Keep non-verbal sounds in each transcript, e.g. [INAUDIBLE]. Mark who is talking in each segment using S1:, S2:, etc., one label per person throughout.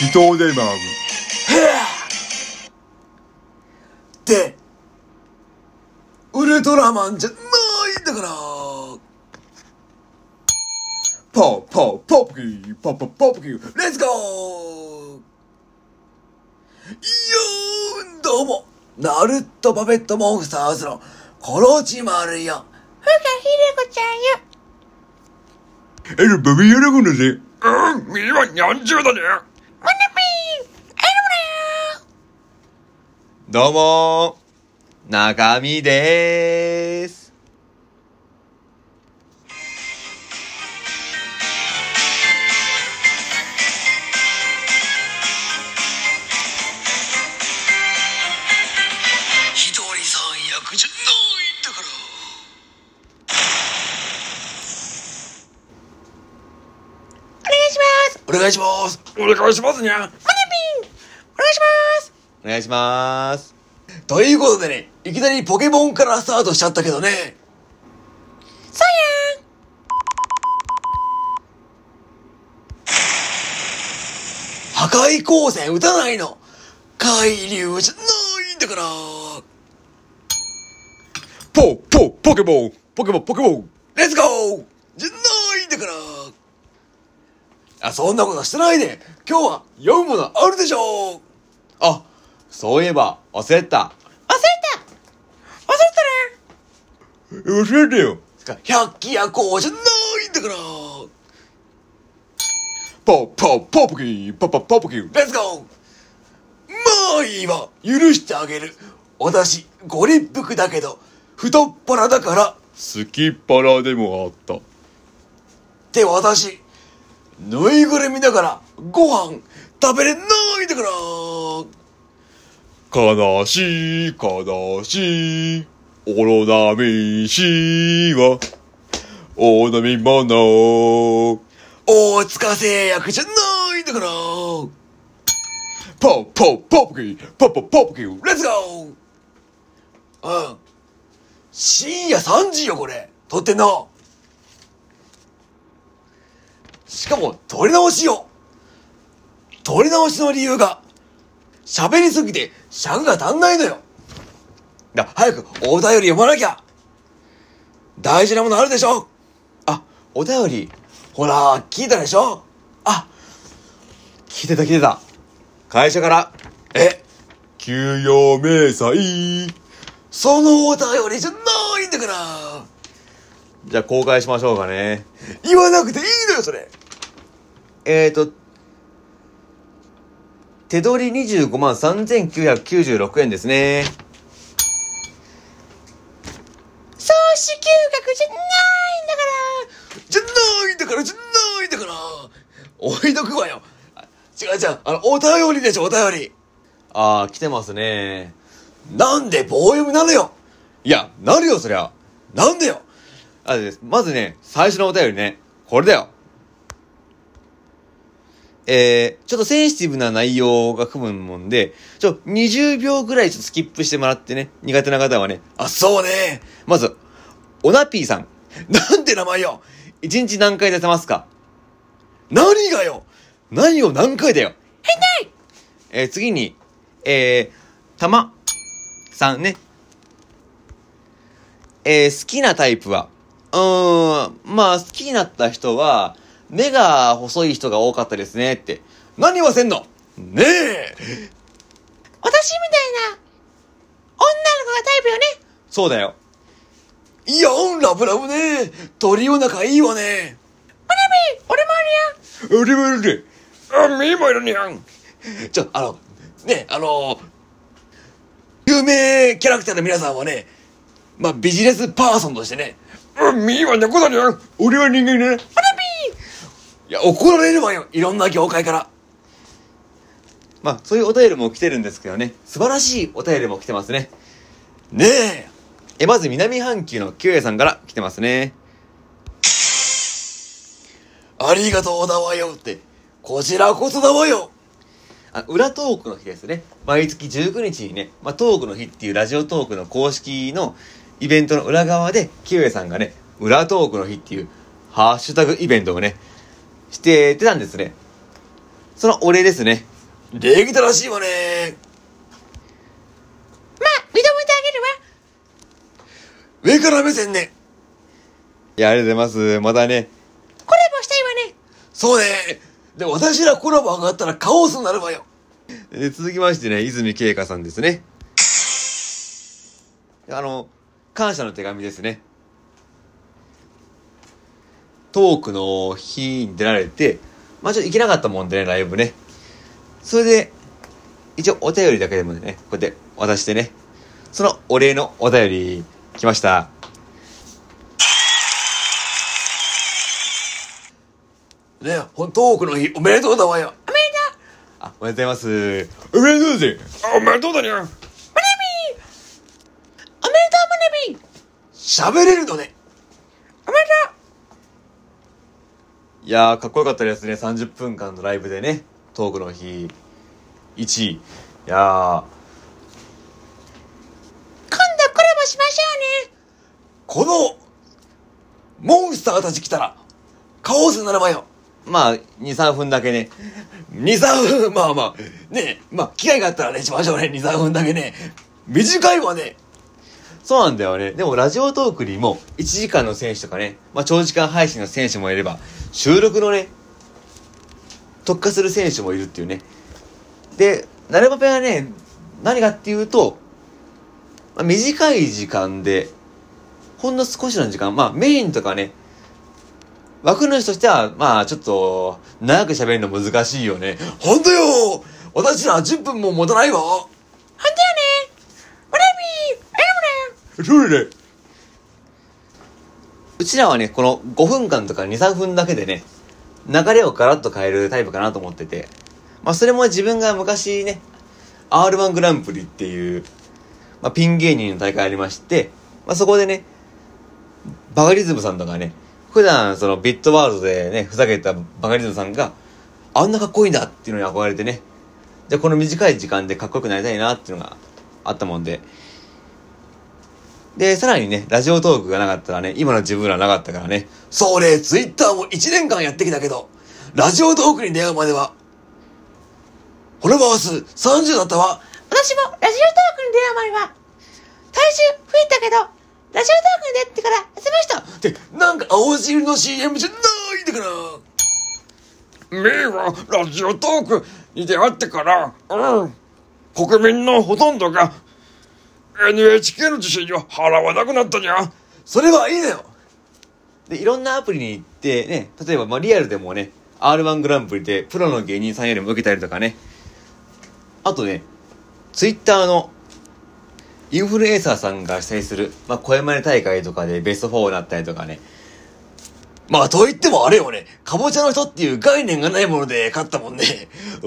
S1: 伊藤でマン
S2: でウルトラマンじゃないんだから
S1: ポッポッポップキーポッポッポップキー
S2: レッツゴーよーんどうもナルトパペットモンスターズのコロチマルよふかひでこちゃんよ
S1: エルバビやらこなぜ
S3: うん、身はにゃんじゅうだね。
S2: マナピー
S4: どうもー、中身でーす。
S2: ひとりさん役じゃないんだからお願いします
S3: お願いしますにゃ。
S2: お願いします
S4: お願いしまーす。
S2: ということでねいきなりポケモンからスタートしちゃったけどねそうやん破壊光線打たないの海流じゃないんだから
S1: ポッポッポケモンポケモンポケモン
S2: レッツゴーじゃないんだからあ、そんなことしてないで今日は読むものあるでしょう
S4: あ、そういえば、忘れてた。
S1: 忘れてよ
S2: 百鬼夜行じゃないんだから
S1: ポッポッポップキーポッポッポップキー
S2: レッツゴーまあいいわ許してあげる私ご立腹だけど太っ腹だから
S1: 好きっ腹でもあった
S2: って私ぬいぐるみだからご飯食べれないんだから
S1: 悲しい悲しいおろなみしはお飲み物
S2: 大塚製薬じゃないんだから
S1: ポッポッポップキーポッポッポップキー
S2: レッツゴーうん深夜3時よこれ撮ってんのしかも撮り直しよ撮り直しの理由が喋りすぎて尺が足んないのよだ早くお便り読まなきゃ大事なものあるでしょ
S4: あ、お便り、
S2: ほら聞いたでしょあ
S4: 来てた来てた。会社から、
S2: え
S1: 給与明細
S2: そのお便りじゃないんだから
S4: じゃあ公開しましょうかね。
S2: 言わなくていいのよそれ
S4: えーと、手取り25万3996円ですね。
S2: 総支給額じゃないんだからじゃないんだからじゃないんだから置いとくわよあ違う違うあのお便りでしょお便り
S4: あー、来てますね。
S2: なんで棒読みなのよ
S4: いや、なるよ、そりゃ。
S2: なんでよ
S4: あでまずね、最初のお便りね。これだよ。えー、ちょっとセンシティブな内容が組むもんで、ちょ、20秒ぐらいちょっとスキップしてもらってね、苦手な方はね。
S2: あそうね
S4: まず、オナピーさん。
S2: なんて名前よ
S4: 一日何回出せますか
S2: 何がよ
S4: 何を何回だよ変態えー、次に、えー、たま、さんね。えー、好きなタイプはうーん、まあ好きになった人は、目が細い人が多かったですねって。何をせんの
S2: ねえ
S5: 私みたいな女の子がタイプよね
S4: そうだよ。
S2: いやんラブラブね鳥お仲いいわね
S5: 俺もあるよ
S1: 俺もいる
S3: うん、身もいるにゃん。
S2: ちょあのねあの有名キャラクターの皆さんはねまあビジネスパーソンとしてね
S3: うん、身は猫だにゃん。
S1: 俺は人間だね
S2: いや、怒られるわよ。いろんな業界から。
S4: まあそういうお便りも来てるんですけどね。素晴らしいお便りも来てますね。
S2: ねえ。
S4: え、まず南半球のキュウエイさんから来てますね。
S2: ありがとうだわよって。こちらこそだわよ。
S4: あ裏トークの日ですね。毎月19日にね、まあ、トークの日っていうラジオトークの公式のイベントの裏側で、キウエさんがね、裏トークの日っていうハッシュタグイベントをね、しててたんですね。そのお礼ですね。
S2: 礼儀正しいわね。
S6: まあ、認めてあげるわ。
S2: 上から目線ね。
S7: いや、ありがとうございます。またね。
S6: コラボしたいわね。
S2: そうね。で、私らコラボ上がったらカオスになるわよ。
S7: で続きましてね、泉慶香さんですね。あの、感謝の手紙ですね。トークの日に出られて、まあちょっと行けなかったもんでね、ライブね。それで、一応お便りだけでもね、こうやって渡してね、そのお礼のお便り来ました。
S2: ね、ほんトークの日おめでとうだわよ。
S6: おめでとう。
S7: あ、おめでとうございます。
S4: おめでとうぜ
S3: おめでとうだにゃん
S6: おめでとう、マナビン。
S2: 喋れるのね。
S6: おめでとう。
S7: いやー、かっこよかったですね。30分間のライブでね、トークの日、1位。いや
S6: 今度コラボしましょうね。
S2: この、モンスターたち来たら、カオスになるわよ。
S7: ー、まあ、2、3分だ
S2: [LAUGHS]
S7: けね。
S2: 2、3分、まあまあ、ねまあ、機会があったらね、しましょうね、2、3分だけね。短いわね。
S7: そうなんだよね。でも、ラジオトークにも、1時間の選手とかね、まあ、長時間配信の選手もいれば、収録のね、特化する選手もいるっていうね。で、なればペはね、何かっていうと、まあ、短い時間で、ほんの少しの時間、まあ、メインとかね、枠主としては、まあ、ちょっと、長く喋るの難しいよね。
S2: ほんとよ私ら10分も持たないわ
S6: ほんとよね。マナビン、エルムラ
S4: ルーレ
S7: うちらはね、この5分間とか2、3分だけでね、流れをガラッと変えるタイプかなと思ってて。まあ、それも自分が昔ね、R1 グランプリっていう、まあ、ピン芸人の大会ありまして、まあ、そこでね、バカリズムさんとかね、普段そのビットワールドでね、ふざけたバカリズムさんが、あんなかっこいいんだっていうのに憧れてね、じゃあこの短い時間でかっこよくなりたいなっていうのがあったもんで、で、さらにね、ラジオトークがなかったらね、今の自分らなかったからね、
S2: それ、ツイッターも1年間やってきたけど、ラジオトークに出会うまでは、フォロワー数30だったわ。
S6: 私もラジオトークに出る前は、体重増えたけど、ラジオトークに出てから痩せました。
S2: って、なんか青汁の CM じゃないんだから。
S3: みーはラジオトークに出会ってから、うん、国民のほとんどが NHK の受信を払わなくなったにゃん
S2: それはいいのよ。
S7: で、いろんなアプリに行ってね、例えば、まあ、リアルでもね、R1 グランプリでプロの芸人さんよりも受けたりとかね、あとね、ツイッターのインフルエンサーさんが主催する、まあ、声真似大会とかでベスト4になったりとかね、
S2: まあ、と言ってもあれよね、かぼちゃの人っていう概念がないもので勝ったもんね。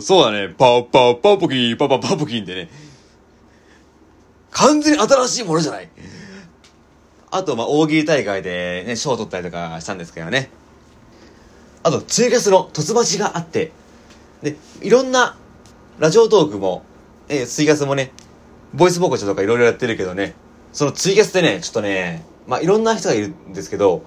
S7: そうだね、パッパッパッポキー、パッパッパッポキーでね、
S2: 完全に新しいものじゃない。
S7: あと、まあ、大喜利大会でね、賞を取ったりとかしたんですけどね。あと、ツイキャスの突ちがあって、で、いろんな、ラジオトークも、えー、ツイキャスもね、ボイスボコチャとかいろいろやってるけどね、そのツイキャスでね、ちょっとね、まあ、いろんな人がいるんですけど、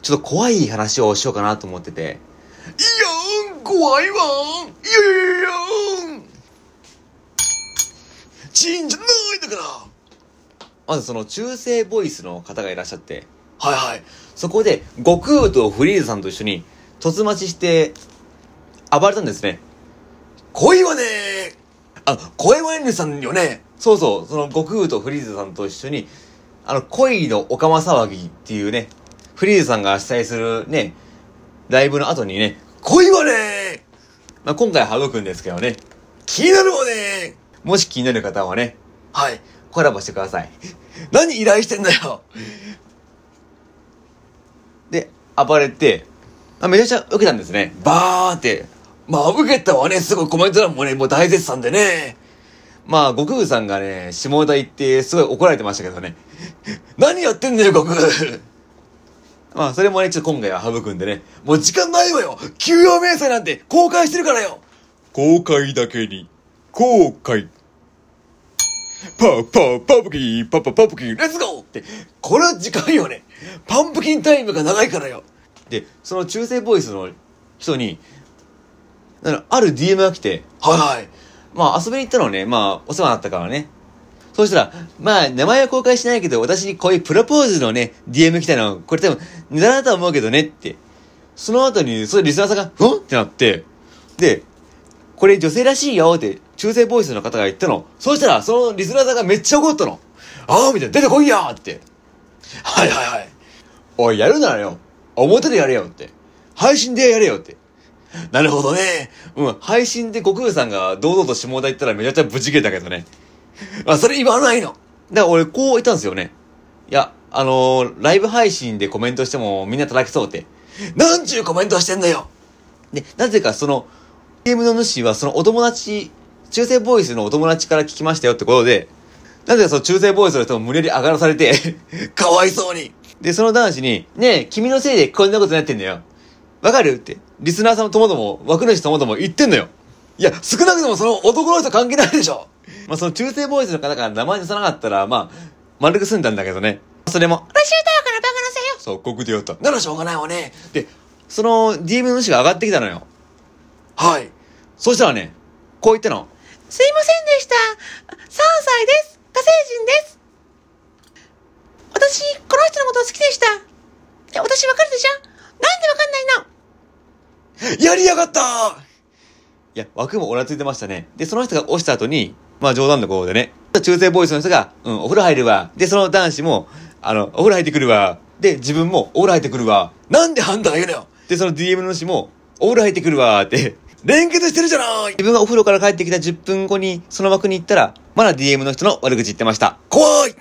S7: ちょっと怖い話をしようかなと思ってて、
S2: いやーん、怖いわーん。いやいやいやーん。チンじゃないんだから。
S7: まずその中性ボイスの方がいらっしゃって、
S2: はいはい。
S7: そこで、悟空とフリーズさんと一緒に、突待ちして、暴れたんですね。
S2: 恋はねー。あ、声はねるさんよね。
S7: そうそう、その悟空とフリーズさんと一緒に、あの、恋のおかま騒ぎっていうね、フリーズさんが主催するね、ライブの後にね、
S2: 恋はねー。
S7: まあ、今回省くんですけどね、
S2: 気になるわねー。
S7: もし気になる方はね、
S2: はい。
S7: コラボしてください。 [LAUGHS]
S2: 何依頼してんだよ。
S7: で、暴れて、まあ、めちゃくちゃ受けたんですね。バーって。
S2: まあ、受けたわね。すごいコメント欄もね、もう大絶賛でね。 [LAUGHS]
S7: まあ、悟空さんがね、下田行って、すごい怒られてましたけどね。 [LAUGHS]
S2: 何やってんだよ、僕。
S7: まあ、それもね、ちょっと今回は省くんでね。
S2: もう時間ないわよ。休養明細なんて公開してるからよ。
S4: 公開だけに、後悔。パッパッパッポキー、パッパッパッポキー、レ
S2: レ
S4: ッ
S2: ッツゴーって、これは時間よね。パンプキンタイムが長いからよ。
S7: で、その中性ボイスの人に、なのある DM が来て、
S2: はい。
S7: まあ遊びに行ったのね、まあお世話になったからね。そうしたら、まあ名前は公開しないけど、私にこういうプロポーズのね、DM 来たの、これ多分無駄だと思うけどねって。その後に、それリスナーさんが、ふんってなって、で、これ女性らしいよって、中性ボイスの方が言ったの。そうしたら、そのリスナーさんがめっちゃ怒ったの。ああみたいな、出てこいやーって。
S2: はいはいはい。
S7: おい、やるならよ。表でやれよって。配信でやれよって。
S2: なるほどね。
S7: うん、配信で悟空さんが堂々と下田行ったらめちゃくちゃブチ切れたけどね。
S2: あ、それ今ないの。
S7: だから俺こう言ったんですよね。いや、あのーライブ配信でコメントしてもみんな叩きそうって。
S2: なんちゅうコメントしてんだよ。
S7: で、なぜかその、DM の主はそのお友達、中性ボイスのお友達から聞きましたよってことで、なぜかその中性ボイスの人も無理やり上がらされて、
S2: かわいそうに。
S7: で、その男子に、ねえ、君のせいでこんなことになってんだよ。わかるって、リスナーさんともども、枠主ともども言ってんのよ。
S2: いや、少なくともその男の人関係ないでしょ。
S7: まあ、その中性ボーイズの方から名前出さなかったら、まあ、丸く済んだんだけどね。それも、
S6: ラジオトークのバカのせいよ
S7: 即刻でやった。
S2: ならしょうがないわね。
S7: で、その DM の主が上がってきたのよ。
S2: はい。
S7: そしたらね、こう言ったの。
S6: すいませんでした。3歳です。火星人です。私、この人のこと好きでした。いや、私わかるでしょなんでわかんないの
S2: やりやがった
S7: いや、枠もおらついてましたね。で、その人が押した後に、まあ冗談のことでね、中性ボイスの人が、うん、お風呂入るわ。で、その男子も、あの、お風呂入ってくるわ。で、自分も、お風呂入ってくるわ。
S2: なんで判断言うのよ。
S7: で、その DM の主も、お風呂入ってくるわーって。
S2: 連結してるじゃない
S7: 自分がお風呂から帰ってきた10分後に、その枠に行ったら、まだ DM の人の悪口言ってました。
S2: 怖い